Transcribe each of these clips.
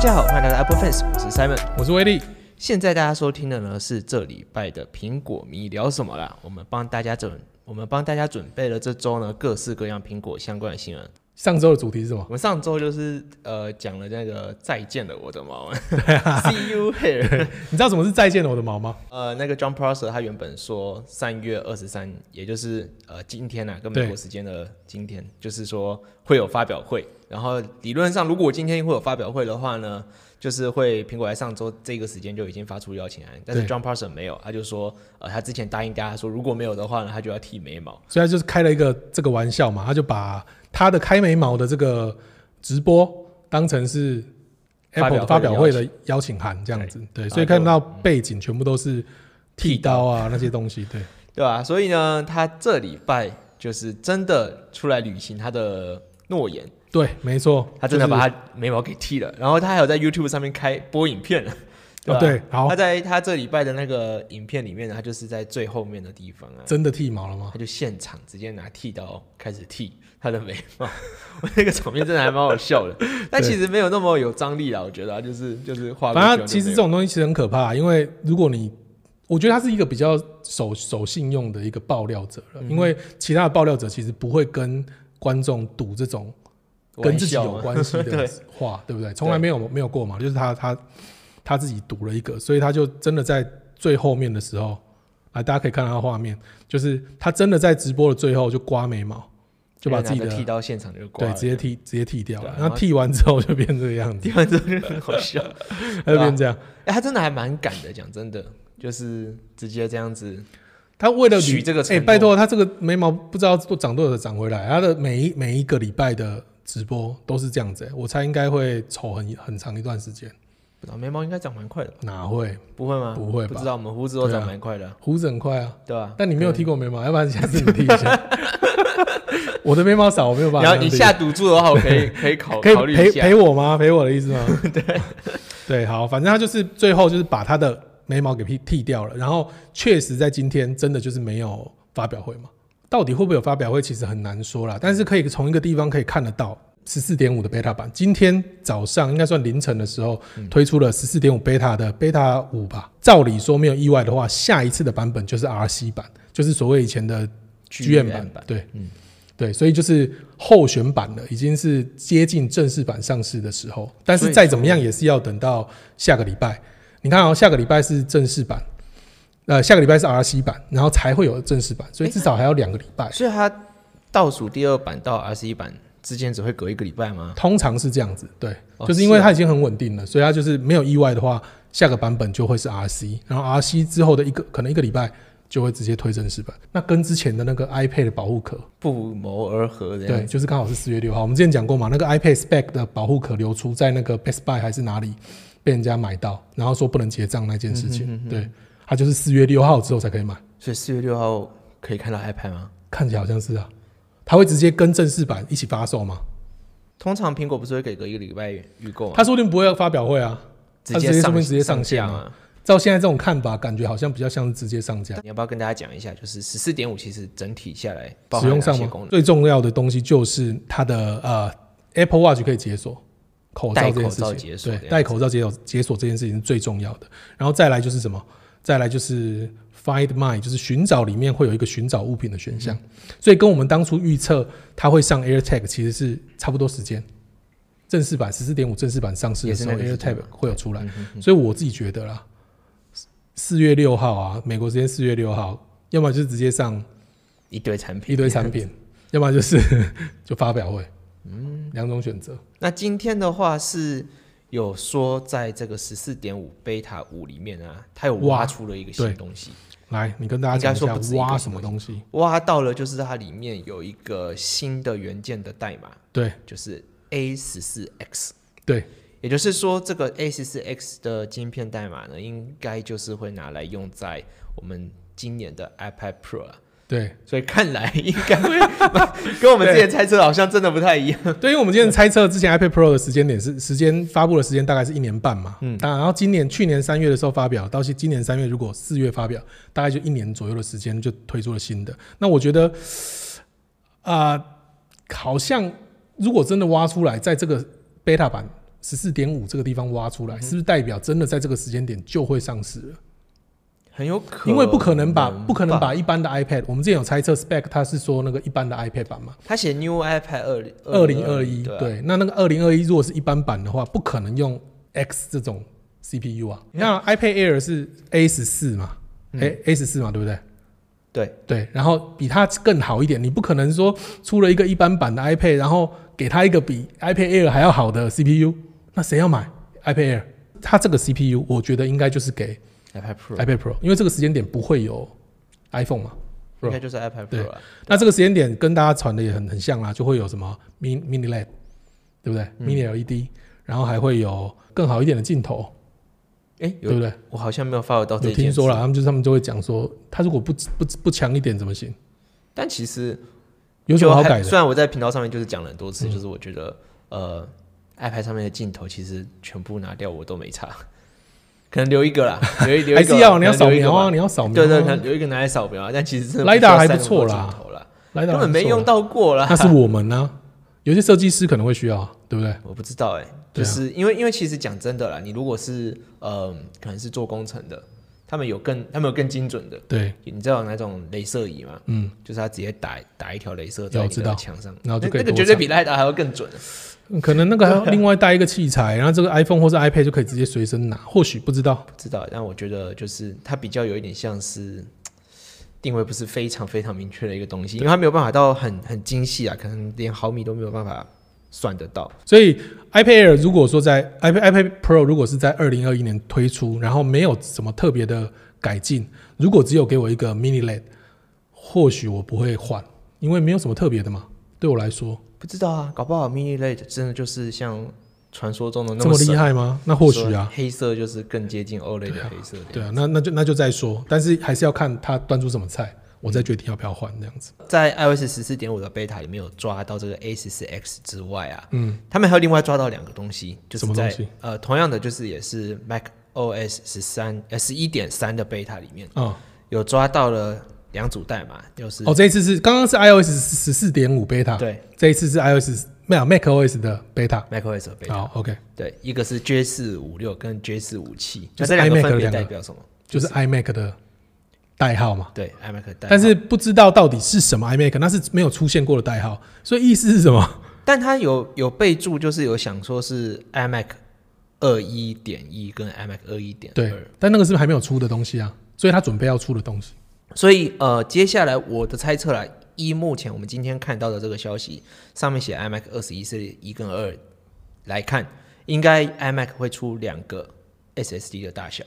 家好，欢迎来到 Apple Fans，我是 Simon。我是威力。现在大家收听的呢是这礼拜的苹果迷聊什么啦？我们帮大家准，我们帮大家准备了这周呢各式各样苹果相关的新闻。上周的主题是什么我？们上周就是呃讲了那个再见了我的毛 ，See you here。你知道什么是再见了我的毛吗？呃，那个 John Prosser 他原本说三月二十三，也就是呃今天啊，跟美对国时间的今天，就是说会有发表会。然后理论上，如果今天会有发表会的话呢，就是会苹果在上周这个时间就已经发出邀请函，但是对 John Prosser 没有，他就说呃他之前答应大家说，如果没有的话呢，他就要剃眉毛。所以他就是开了一个这个玩笑嘛，他就把他的开眉毛的这个直播当成是 Apple 的发发表表会会的哎的邀请函这样子。对，然后所以就看到背景全部都是剃刀啊那些东西。对，对吧、所以呢，他这礼拜就是真的出来履行他的诺言，对，没错，他真的就是把他眉毛给剃了，然后他还有在 YouTube 上面开播影片，对吧、 哦对，好他，在他这礼拜的那个影片里面呢，他就是在最后面的地方啊，真的剃毛了吗？他就现场直接拿剃刀开始剃他的眉毛， 我那个场面真的还蛮好笑 的，但其实没有那么有张力啦，我觉得啊、就是就是画过去就反没有。正其实这种东西其实很可怕，因为如果你，我觉得他是一个比较守守信用的一个爆料者嗯了，因为其他的爆料者其实不会跟观众赌这种跟自己玩笑啊有嘛关系的 对话，对不对？从来没有没有过嘛，就是他他他自己赌了一个，所以他就真的在最后面的时候，啊，大家可以看到他的画面，就是他真的在直播的最后就刮眉毛，就把自己拿着剃的刀现场就刮对了，直接剃直接剃掉了，对啊那剃完之后就变这个样子，剃完之后就很好笑。 他就变这样。哎、他真的还蛮敢的，讲真的，就是直接这样子，他为了许履这个承哎、诺拜托，他这个眉毛不知道多长多少长回来。他的每一每一个礼拜的直播都是这样子、哎我猜应该会丑很很长一段时间。不知道眉毛应该长蛮快的吧，哪会？不会吗？不会吧不知道我们胡子都对啊长蛮快的啊、胡子很快啊，对吧、但你没有剃过眉毛，要不然下次你剃一 下。我的眉毛少，我没有办然后法这样你剃。下赌注的话，我可以可以考 可以考虑一陪下。陪我吗？陪我的 意思吗？对对，好，反正他就是最后就是把他的眉毛给剃剃掉了，然后确实在今天真的就是没有发表会嘛。到底会不会有发表会，其实很难说啦。但是可以从一个地方可以看得到，十四点五的 beta 版，今天早上应该算凌晨的时候、推出了十四点五 beta 的 beta 五吧。照理说没有意外的话，下一次的版本就是 RC 版，就是所谓以前的 GM 版，版对，嗯对，所以就是候选版了，已经是接近正式版上市的时候。但所是以再怎么样也是要等到下个礼拜。你看哦，下个礼拜是正式版，呃，下个礼拜是 RC 版，然后才会有正式版，所以至少还要两个礼拜。所以它倒数第二版到 R C 版之间只会隔一个礼拜吗？通常是这样子，对，哦就是因为是啊它已经很稳定了，所以它就是没有意外的话，下个版本就会是 RC，然后 RC 之后的一个可能一个礼拜就会直接推正式版。那跟之前的那个 iPad 的保护壳不谋而合这对，样。就是刚好是四月六号。我们之前讲过嘛，那个 iPad Spec 的保护壳流出在那个 Best Buy 还是哪里被人家买到，然后说不能结账那件事嗯情，对，它就是四月六号之后才可以买，所以四月六号可以看到 iPad 吗？看起来好像是啊，它会直接跟正式版一起发售嘛？通常苹果不是会给隔一个礼拜预购吗？它说不定不会有发表会啊，它接直接上说不定直接上架线啊嘛。照现在这种看法，感觉好像比较像是直接上架。你要不要跟大家讲一下？就是十四点五其实整体下来包使含用哪上些吗功能？最重要的东西就是它的呃 Apple Watch 可以解锁口罩这件戴口罩事解情，锁这对样子，戴口罩解锁解锁这件事情是最重要的。然后再来就是什么？再来就是 Find My，就是寻找里面会有一个寻找物品的选嗯项，所以跟我们当初预测它会上 AirTag 其实是差不多时间。正式版十四点五正式版上市的时候也是那个时间啊嗯，AirTag 嘛会有出来，所以我自己觉得啦，四月六号啊，美国时间四月六号，要么就是直接上一堆产品，一堆产品，要么就是 就发表会，嗯，两种选择。那今天的话是有说，在这个十四点五贝塔五里面啊，它有挖哇出了一个新对东西，来，你跟大家应该说讲不一止下一个挖什么东西？挖到了就是它里面有一个新的元件的代码，对就是 A 十四 X，对，也就是说这个 A 十四 X 的晶片代码呢，应该就是会拿来用在我们今年的 iPad Pro 啊。对所以看来应该会 跟我们之前猜测的好像真的不太一 样。对，因为我们今天猜测之前 iPad Pro 的时间点是时间发布的时间大概是一年半嘛，嗯，当然，然后今年去年三月的时候发表，到现今年三月如果四月发表，大概就一年左右的时间就推出了新的。那我觉得，啊、好像如果真的挖出来，在这个 beta 版十四点五这个地方挖出来，嗯是不是代表真的在这个时间点就会上市了？很有可能，因为不可能把不可能吧把一般的 iPad，我们之前有猜测 spec 它是说那个一般的 iPad 版嘛，他写 New iPad 二零二零二一对啊，对，那那个二零二一如果是一般版的话，不可能用 X 这种 CPU 啊。你看 iPad Air 是 A 十四嘛，哎 A 十四嘛，对不对？对，对，然后比它更好一点，你不可能说出了一个一般版的 iPad，然后给它一个比 iPad Air 还要好的 CPU，那谁要买 iPad Air？它这个 CPU 我觉得应该就是给 iPad Pro iPad Pro，因为这个时间点不会有 iPhone 嘛。Pro 应该就是 iPad 对 Pro 了。那这个时间点跟大家传的也很很像啦，啊就会有什么 mini mini LED，对不对、m 嗯 i n i LED，然后还会有更好一点的镜头，哎，对有不对？我好像没有 follow 到这有一件听说事了，，他们就他们就会讲说，它如果不不不强一点怎么行？但其实有什就么好还改的？嗯虽然我在频道上面就是讲了很多次，就是我觉得呃，iPad 上面的镜头其实全部拿掉我都没差， 可能留一个啦，留 一留还一个是吧，要你要可能扫留一个描啊，吧，你要扫描、啊。对对，可能留一个拿来扫描啊，但其实真的 Lidar 需要还三不那么多错啦镜头啦，来根本没用用，到过啦。啊那是我们呢、有些设计师可能会需要啊，对不对？ 我不知道哎、对就啊是、因为因为其实讲真的啦，你如果是呃，可能是做工程的，他们有更他们有更精准的，对，你知道有那种镭射仪吗？嗯，就是他直接打打一条镭射有在你知道的墙上，然后就可以那那个多绝对长比雷达还要更准。可能那个还 要另外带一个器材，然后这个 iPhone 或是 iPad 就可以直接随身拿，或许不知道。不知道，但我觉得就是它比较有一点像是定位不是非常非常明确的一个东西，因为它没有办法到很很精细啊，可能连毫米都没有办法算得到。所以 iPad Air 如果说在 iPad iPad Pro 如果是在二零二一年推出，然后没有什么特别的改进，如果只有给我一个 Mini LED，或许我不会换，因为没有什么特别的嘛。对我来说不知道啊，搞不好 mini LED 真的就是像传说中的那这么神厉害吗？那或许啊，，黑色就是更接近 OLED 的黑色的。对啊，那那就那就再说，但是还是要看他端出什么菜，我再决定要不要换这样子。在 iOS 十四点五的 beta 里面有抓到这个 A 十四 X 之外啊，嗯，他们还有另外抓到两个东西，就是什么东在西呃同样的就是也是 Mac OS 十三呃十一点三的 beta 里面啊、有抓到了两组代码，就是、哦，这一次是刚刚是 iOS 十四点五 beta，，对这一次是 iOS 没有 macOS 的 beta。 macOS 的 beta，、好，OK，对，一个是 J 四五六跟 J 四五七，那就是这两个 iMac 的分别两个代表什么？就是 iMac 的代号嘛。对，iMac 的代但码是不知道到底是什么 iMac，那是没有出现过的代号，所以意思是什么？但它有有备注，就是有想说是 iMac 二一点一跟 iMac 二一点对二，，但那个是还没有出的东西啊，所以他准备要出的东西。所以呃，接下来我的猜测啦，依目前我们今天看到的这个消息，上面写 iMac 二十一是一跟二来看，应该 iMac 会出两个 SSD 的大小，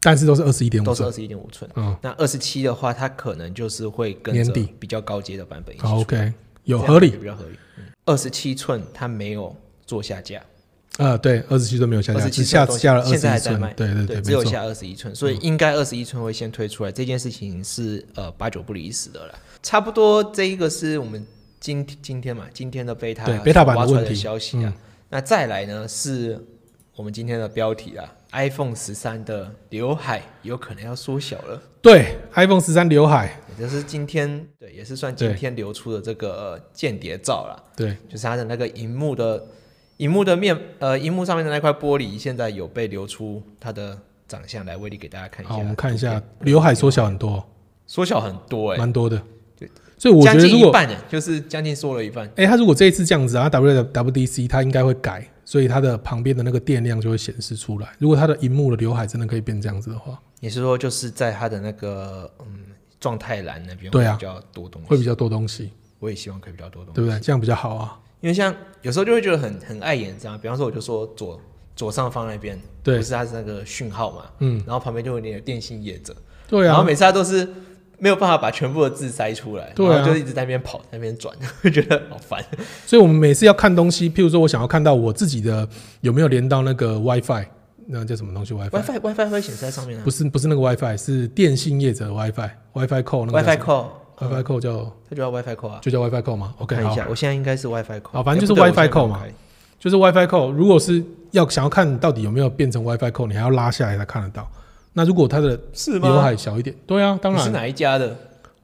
但是都是二十一点五都是寸二，十一点五寸。嗯，那二十七的话，它可能就是会跟年着底比较高阶的版本一起好出， ，OK，有这样合理也，比较合理。嗯二十七寸它没有做下架，呃，对，二十七寸没有下架， 27只下寸下了二现十在一还在寸卖，对对对，只没有错。下二十一寸，所以应该二十一寸会先推出来，这件事情是呃八九不离十的了。差不多这一个是我们今今天嘛，今天的贝塔对 beta 版的挖出来问题的消息啊。那再来呢，是我们今天的标题啊，iPhone 十三的刘海有可能要缩小了，对，iPhone 十三刘海，也就是今天对，也是算今对天流出的这个、呃间谍照啦。对，就是它的那个荧幕的荧幕的面呃荧幕上面的那块玻璃，现在有被流出它的长相来，威力给大家看一下。好，我们看一下，刘海缩小很多，缩小很多哎、蛮多的对。所以我觉将得近如一果半哎、就是将近缩了一半。哎、他如果这一次这样子啊，WWDC 他应该会改，所以它的旁边的那个电量就会显示出来。如果它的荧幕的刘海真的可以变这样子的话，你是说就是在它的那个嗯状态栏那边对啊会比较多东西，会比较多东西，我也希望可以比较多东西，对不对？这样比较好啊。因为像有时候就会觉得很很碍眼这样，比方说我就说左左上方那边，对不是它是那个讯号嘛，嗯，然后旁边就有你的电信业者，对然后啊，每次他都是没有办法把全部的字塞出来，对啊然后就一直在那边跑，在那边转， 就觉得好 烦。所以我们每次要看东西，譬如说我想要看到我自己的有没有连到那个 WiFi，那叫什么东西 WiFi？ WiFi WiFi 会显示在上面啊不是不是那个 WiFi，是电信业者的，WiFi call，WiFi，WiFi 扣那个叫什么 WiFi 扣叫它就要 WiFi call 啊。就叫 WiFi 扣嘛？OK，看一好，下，我现在应该是 WiFi call，好反正就是哎不对我现在 WiFi call 嘛没有开就是 WiFi 扣，如果是要想要看到底有没有变成 WiFi 扣，你还要拉下来才看得到。那如果它的是吗？刘海小一点，对啊，当你是然，哪一家的？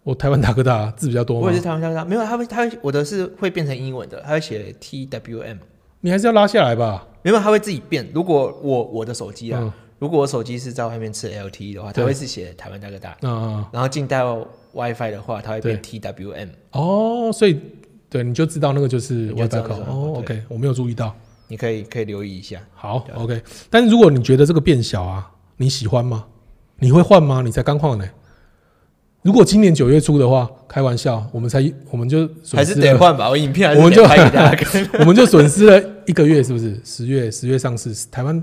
我台湾大哥大字比较多我嘛也是，台湾家的，没有，他会他会我的是会变成英文的，他会写 T W M，你还是要拉下来吧。没有，它会自己变。如果我我的手机啊，嗯如果我手机是在外面吃 LTE 的话，它对会是写台湾大哥大，嗯嗯然后进到 WiFi 的话，它会变 TWM。哦，所以对你就知道那个就是你就知 WiFi 道口是什么哦。对 OK，我没有注意到。你可以可以留意一下。好，OK。但是如果你觉得这个变小啊，你喜欢吗？你会换吗？你才刚换呢。如果今年九月初的话，开玩笑，我们才我们就损还失是得了换吧，我影片还啊我是们就得拍给大家看。 我们就损失了一个月，是不是？十月十月上市，台湾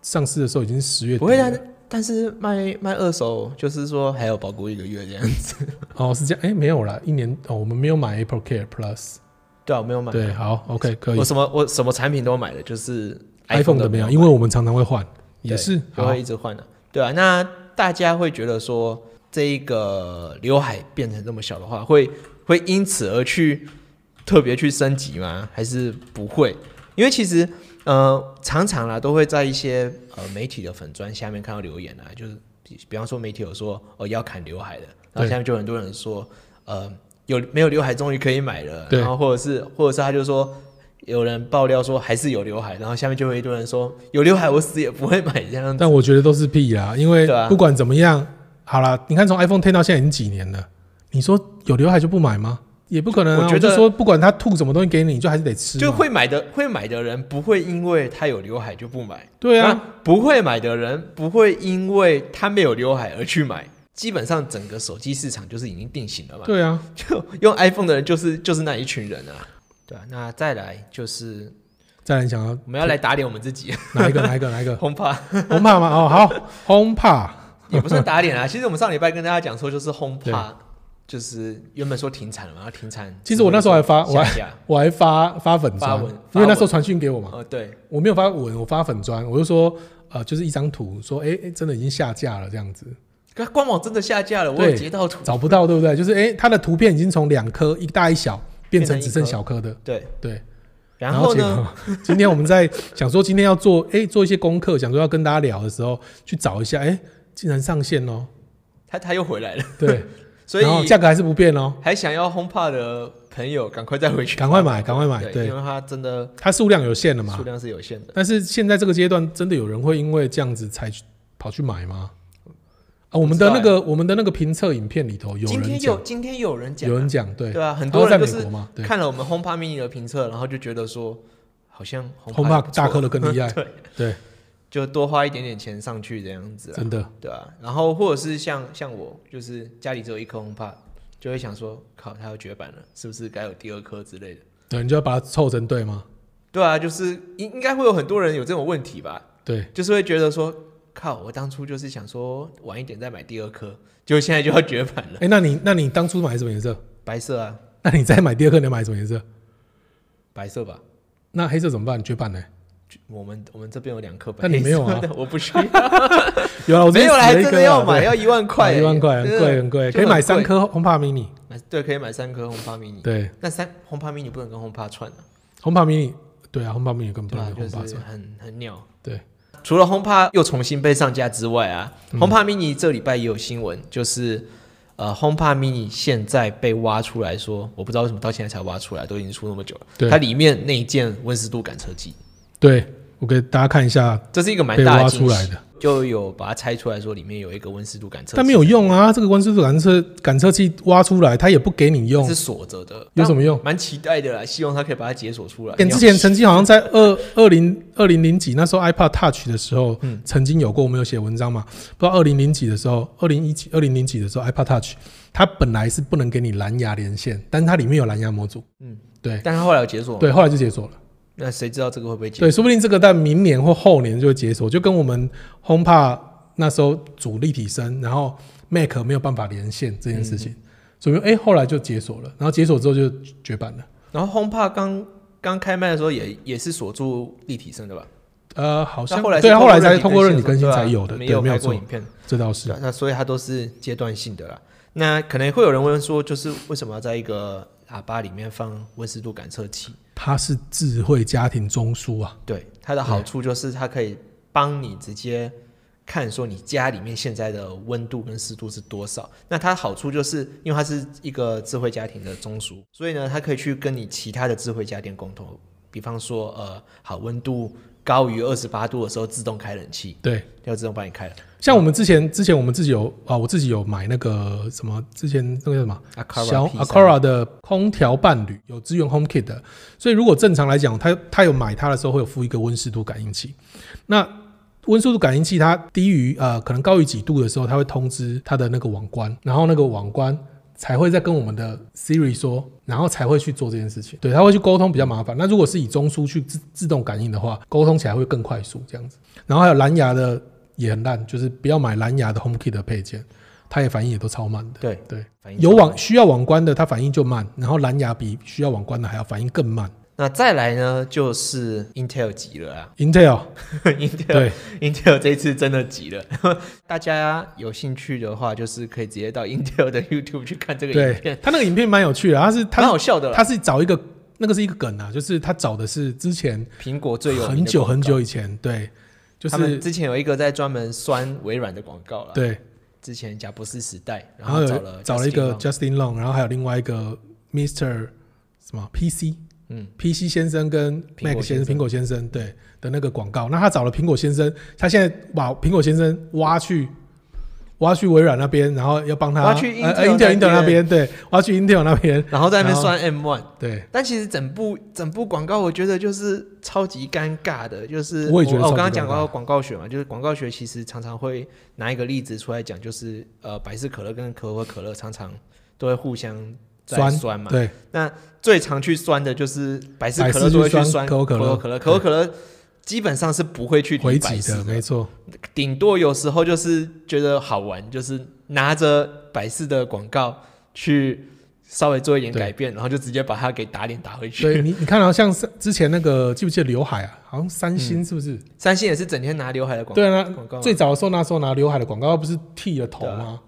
上市的时候已经是十月底不会了啊，但是卖卖二手，就是说还有保固一个月这样子。哦，是这样，哎、没有啦，一年哦，我们没有买 Apple Care Plus，对啊，我没有买。对，好，OK，可以我什么我什么产品都买了，就是，iPhone 的都没有，买因为我们常常会换，也对是，就好，会一直换的、对啊，那大家会觉得说，这一个刘海变成这么小的话，会会因此而去特别去升级吗？还是不会？因为其实呃，常常啦，都会在一些呃媒体的粉砖下面看到留言啊，就是比比方说媒体有说哦要砍刘海的，然对后下面就有很多人说呃有没有刘海终于可以买了，对然后或者是或者是他就说有人爆料说还是有刘海，然后下面就会一堆人说有刘海我死也不会买这样子。但我觉得都是屁啦，因为对啊不管怎么样，好啦，你看从 iPhone Ten 到现在已经几年了，你说有刘海就不买吗？也不可能啊，我我觉得就说不管他吐什么东西给你，你 就还是啊得吃嘛，就会买的会买的人不会因为他有刘海就不买，对啊，那不会买的人不会因为他没有刘海而去买。基本上整个手机市场就是已经定型了嘛，对啊，就 用 iPhone 的人就是就是那一群人啊。对啊，那再来就是再来你想要我们要来打脸我们自己， 哪一个 哪一个哪一个轰趴轰趴吗？哦，好，轰趴。也不算打脸啊。其实我们上礼拜跟大家讲说，就是轰对趴，就是原本说停产了嘛，要停产。其实我那时候还发我还下架我还发发粉发砖文，因为那发时候传讯给我嘛，哦，对，我没有发文，我发粉砖，我就说呃，就是一张图，说哎、诶真的已经下架了这样子，可官网真的下架了，我有对截到图。找不到对不对？就是哎、诶它的图片已经从两颗一大一小变变成成一只剩颗小颗的，对，对。然后结呢？果 今天我们在想说今天要做哎、诶做一些功课，想说要跟大家聊的时候去找一下，哎、竟然上线喽，他他又回来 了， 对，所以然后价格还是不变哦，还想要轰趴的朋友，赶快再回去，赶快买，赶快买，对， 对因，为它真的它数量有限的嘛数，量是有限的。但是现在这个阶段，真的有人会因为这样子才去跑去买吗？啊，我们的那个我们的那个评测影片里头欸有今人天讲有，今天有人讲啊，有人讲，对对，啊，很他多在人就美是国嘛，对，看了我们轰趴 mini 的评测，然后就觉得说，好像轰轰趴趴不错，大颗的更厉害 对，对，就多花一点点钱上去这样子啊，真的，对啊。然后或者是像像我，就是家里只有一颗轰趴，就会想说，靠，它要绝版了，是不是该有第二颗之类的？对，你就要把它凑成对吗？对啊，就是应应该会有很多人有这种问题吧，对，就是会觉得说，靠，我当初就是想说晚一点再买第二颗，结果现在就要绝版了，哎，那你那你当初买什么颜色？白色啊， 那你再买第二颗，你要买什么颜色？白色吧。那黑色怎么办？绝版呢？就我们我们这边有两颗白色但的，你没有啊我 不需要， 有了，我啊没有啦，还来真的要买，要一万块欸，哦一万块，很真的贵很贵，就可以买很三贵颗轰趴 mini，买对，可以买三颗红帕 mini，对，那三红帕 mini 不能跟红帕串啊，轰趴 mini，对啊，轰趴 mini 根本不对吧能？就轰趴是车，很很鸟。对，除了轰趴又重新被上架之外啊，轰嗯趴 mini 这礼拜也有新闻，就是呃轰趴 mini 现在被挖出来说，我不知道为什么到现在才挖出来，都已经出那么久了。对它里面那一件温湿度感测器，对我给大家看一下这是一个蛮被大的挖惊喜出来的。就有把它拆出来说里面有一个温湿度感测器，但没有用啊！这个温湿度感测感测器挖出来，它也不给你用啊是，锁着的，有什么用？蛮期待的啦，希望它可以把它解锁出来。欸之前曾经好像在二二零二零零几那时候 iPad Touch 的时候，曾经有过我们有写文章嘛？不知道二零零几的时候，二零一几、二零零几的时候 iPad Touch 它本来是不能给你蓝牙连线，但是它里面有蓝牙模组。嗯，哦对但它后来有解锁吗，对，后来就解锁了。那谁知道这个会不会解？对，说不定这个在明年或后年就会解锁，就跟我们 HomePod 那时候主立体声，然后 Mac 没有办法连线这件事情，所以哎、欸后来就解锁了，然后解锁之后就绝版了。然后 HomePod 刚刚开卖的时候也也是锁住立体声的吧？呃，好像那后来是对，后来才透通过过任任你更新才有有的，啊没对，拍没有过错影，片，这倒对是啊那所以它都是阶段性的啦。那可能会有人问说，就是为什么要在一个喇叭里面放温湿度感测器？它是智慧家庭中枢啊，对，它的好处就是它可以帮你直接看说你家里面现在的温度跟湿度是多少。那它好处就是因为它是一个智慧家庭的中枢，所以呢，它可以去跟你其他的智慧家电共同，比方说呃，好温度高于二十八度的时候自动开冷气，对，要自动帮你开了。像我们之前之前我们自己有啊，我自己有买那个什么，之前那个叫什么啊小 Acura 的空调伴侣有支援 HomeKit 的，所以如果正常来讲，它它有买它的时候会有附一个温湿度感应器。那温湿度感应器它低于呃可能高于几度的时候，它会通知它的那个网关，然后那个网关才会再跟我们的 Siri 说，然后才会去做这件事情。对，它会去沟通比较麻烦。那如果是以中枢去自自动感应的话，沟通起来会更快速这样子。然后还有蓝牙的也很烂，就是不要买蓝牙的 HomeKit 的配件，它也反应也都超慢的。对，对，反应有超慢网需要网关的，它反应就慢，然后蓝牙比需要网关的还要反应更慢。那再来呢，就是 Intel 急了啊 Intel ，Intel 对 Intel 这次真的急了。 大家有兴趣的话，就是可以直接到 Intel 的 YouTube 去看这个影对片，，它那个影片蛮有趣的，它是蛮它好笑的啦。它是找一个那个是一个梗啊，就是他找的是之前苹果最有名的很久广告很，久以前，对，就他们啊是之前有一个在专门酸微软的广告了。对，之前贾博士时代，然然后后有找了找了一 Justin 个 Long Justin Long，然后还有另外一个 Mr 什么 PC，嗯，PC 先生跟苹果 Mac 先先生生、苹果先生对的那个广告，那他找了苹果先生，他现在把苹果先生挖去。挖去微软那边，然后要帮他挖去 Intel 那呃 Intel Intel 那边边，对，挖去 Intel 那边，然后在那边酸 M One。对，但其实整部整部广告，我觉得就是超级尴尬的，就是我也觉得我,、哦超刚级刚讲尴尬到广告学嘛，就是广告学其实常常会拿一个例子出来讲，就是嗯呃百事可乐跟可口可乐常常都会互相在酸酸嘛，对，最常去酸的就是百事可乐百事都会去酸酸可口可乐可乐，可口可乐基本上是不会去回理百击事的，没错，顶多有时候就是觉得好玩，就是拿着百事的广告去稍微做一点对改变，然后就直接把它给打脸打回去。所以你你看到、啊像是之前那个记不记得刘海啊？好像三星是不是？三星也是整天拿刘海嗯的广对啊，广告那嘛最早的时候那时候拿刘海的广告不是剃了头吗？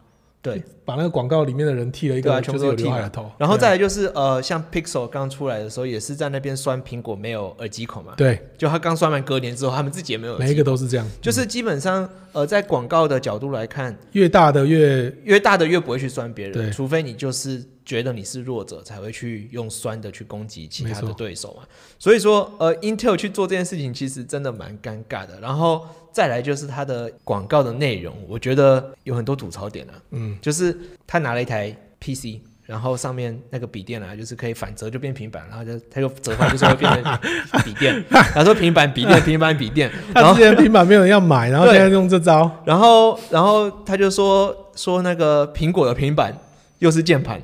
对，啊把那个广告里面的人剃了一对啊个全部就是有都剃刘海的头，然后对再来就是呃，像 Pixel 刚出来的时候，也是在那边酸苹果没有耳机孔嘛，对就他刚酸完隔年之后，他们自己也没有耳每一机个孔，都是这样，就是基本上呃，在广告的角度来看，越大的越越大的越不会去酸别人，对除非你就是觉得你是弱者，才会去用酸的去攻击其他没的错对手嘛。所以说，呃，Intel 去做这件事情其实真的蛮尴尬的。然后再来就是它的广告的内容，我觉得有很多吐槽点啊。嗯，就是他拿了一台 PC，然后上面那个笔电啊，就是可以反折就变平板，然后就他就折翻就是会变成笔 电，然后说平板笔电平板笔电， 然他后之前平板没有人要买，然后对现在用这招，然后然后他就说说那个苹果的平板又是键盘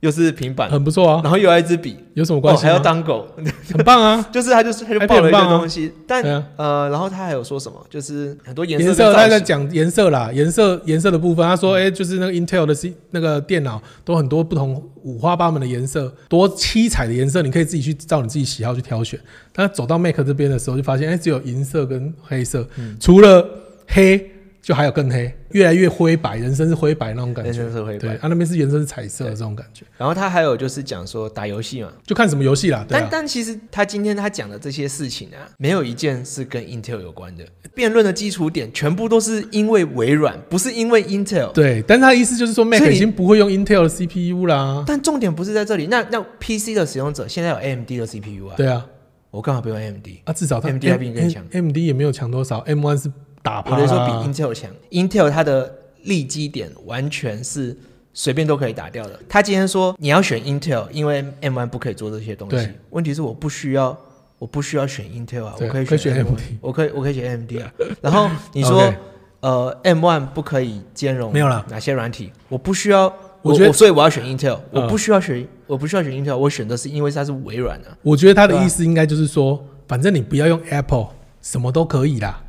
又是平板，很不错啊，然后又要一支笔，有什么哦关系还要吗？当狗，很棒啊，就是他就是他就报了一个 iPad 很棒啊东西，但对啊呃然后他还有说什么，就是很多颜颜色色的他造在型。嗯讲颜色啦，颜色颜色的部分，他说，哎，就是那个 Intel 的 C 那个电脑都很多不同五花八门的颜色，多七彩的颜色，你可以自己去照你自己喜好去挑选。但走到 Mac 这边的时候，就发现，哎，只有银色跟黑色，嗯除了黑就还有更黑，越来越灰白，人生是灰白那种感人觉生。社会对，啊版，他、那边是原生是彩色的这种感觉，然后他还有就是讲说打游戏嘛，就看什么游戏啦，对但啊，但其实他今天他讲的这些事情啊，没有一件是跟 Intel 有关的。辩论的基础点全部都是因为微软，不是因为 Intel。对，但是他的意思就是说，Mac 所以你已经不会用 Intel 的 CPU 啦，但重点不是在这里。那那 PC 的使用者现在有 AMD 的 CPU 啊，对啊，我干嘛不用 AMD？啊，至少它 AMD 还比你更强 m d 也没有强多少，M one 是打我趴的啦说比 Intel 强，Intel 它的利基点完全是随便都可以打掉的。他今天说你要选 Intel，因为 M1 不可以做这些东西对。问题是我不需要，我不需要选 Intel 啊，我对可以可以选 M1 AMD 我可以我可以选 AMD 啊。然后你 说 OK 呃 M1 不可以兼容没有啦哪些软体，我不需要。我我觉得所以我要选 Intel，我嗯不需要选，我不需要选 Intel，我选的是因为它是微软的、啊。我觉得他的意思应该就是说，反正你不要用 Apple，什么都可以啦。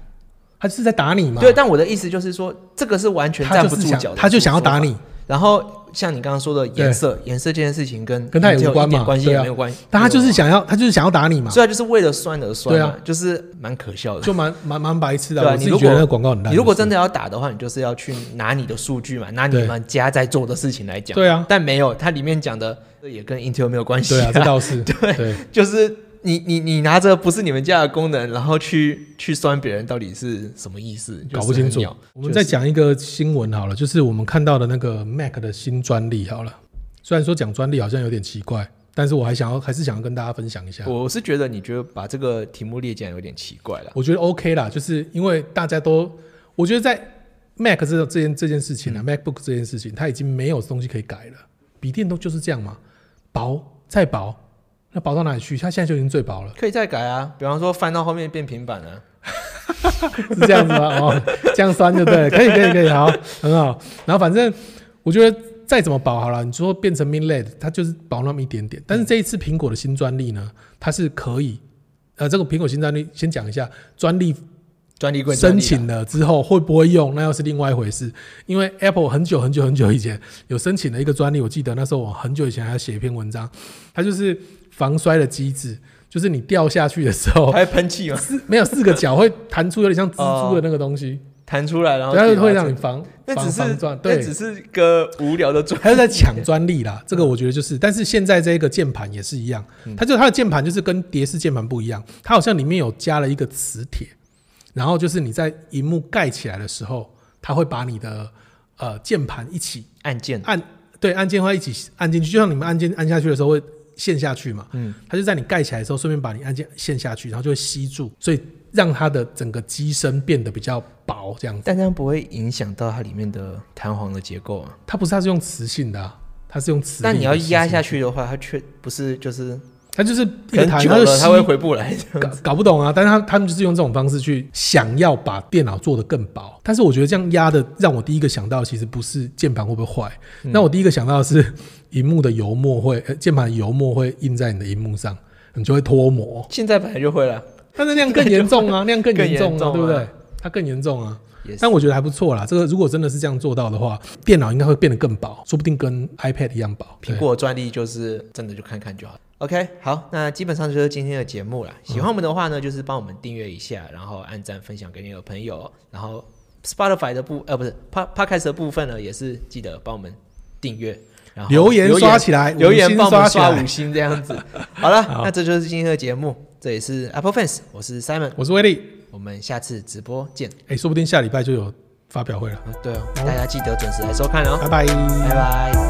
他就是在打你嘛，对，，但我的意思就是说，这个是完全他站就不是住想脚的他就想要说法打你，然后像你刚刚说的颜色，颜色这件事情跟跟他也 Intel 无关一嘛点关系对也啊没有关系。但他就是想，想要他就是想要打你嘛，所以他就是为了酸而酸嘛对，啊就是蛮可笑的。就蛮蛮蛮白痴的对啊啊。我自你己如觉得果那个广告很烂。你如果真的的要打的话，你就是要去拿你的数据嘛，拿你对们家在做的事情来讲。对啊，但没有，它里面讲的这也跟 Intel 没有关系对啊，这倒是对 就是你你你拿着不是你们家的功能，然后去去酸别人，到底是什么意思？搞不清就是很楚鸟。我们再讲一个新闻好了，就是我们看到的那个 Mac 的新专利好了。虽然说讲专利好像有点奇怪，但是我还想要，还是想要跟大家分享一下。我是觉得你觉得把这个题目列进来有点奇怪了。我觉得 OK 啦，就是因为大家都，我觉得在 Mac 这这件这件事情啊、m a c b o o k 这件事情，它已经没有东西可以改了。笔电都就是这样嘛，薄再薄，那薄到哪里去？它现在就已经最薄了，可以再改啊，比方说翻到后面变平板啊，是这样子吗？哦，这样酸就对了，可以可以可以，好，很好。然后反正我觉得再怎么薄好了，你说变成 Minlet，它就是薄那么一点点。但是这一次苹果的新专利呢，它是可以，呃，这个苹果新专利先讲一下，专利专利柜专申利啊请了之后会不会用，那又是另外一回事。因为 Apple 很久很久很久以前有申请了一个专利，我记得那时候我很久以前还要写一篇文章，它就是防摔的机制，就是你掉下去的时候，还会喷气 嘛，四没有四个角会弹出有点像蜘蛛的那个东西，弹出来然后然后自己会把它让你防那防只防是撞，那对，只是个无聊的专他是在抢专利啦，嗯这个我觉得就是，但是现在这个键盘也是一样，它就它的键盘就是跟蝶式键盘不一样，它好像里面有加了一个磁铁，然后就是你在荧幕盖起来的时候，它会把你的呃键盘一起按键，按，对，按键会一起按进去，就像你们按键按下去的时候会陷下去嘛，嗯，它就在你盖起来的时候，顺便把你按键陷下去，然后就会吸住，所以让它的整个机身变得比较薄，这样子。但这样不会影响到它里面的弹簧的结构啊。它不是它是用磁性的、啊，它是用磁。但你要压下，去的话，它却不是就是它就是一可个能弹，久它就了它吸会回不来。搞搞不懂啊，但是他他们就是用这种方式去想要把电脑做得更薄，但是我觉得这样压的让我第一个想到的其实不是键盘会不会坏，嗯那我第一个想到的是荧幕的油墨会，呃键盘的油墨会印在你的荧幕上，你就会脱模，现在本来就会了，但是那样更严 重啊，那样更严更严重啊，重啊对不对？它更严重啊，也是但我觉得还不错啦。这个如果真的是这样做到的话，电脑应该会变得更薄，说不定跟 iPad 一样薄。对苹果专利就是真的就看看就好。OK，好，那基本上就是今天的节目啦。嗯喜欢我们的话呢，就是帮我们订阅一下，然后按赞分享给你的朋友，然后 Spotify 的部呃不是 Pod Podcast 的部分呢，也是记得帮我们订阅，然后留言刷起来留五言星帮我刷们起来刷五星这样 子。好了，好那这就是今天的节目，这也是 Apple Fans，我是 Simon，我是威力，我们下次直播见。哎、说不定下礼拜就有发表会了，啊，对哦，大家记得准时来收看哦，拜拜拜拜。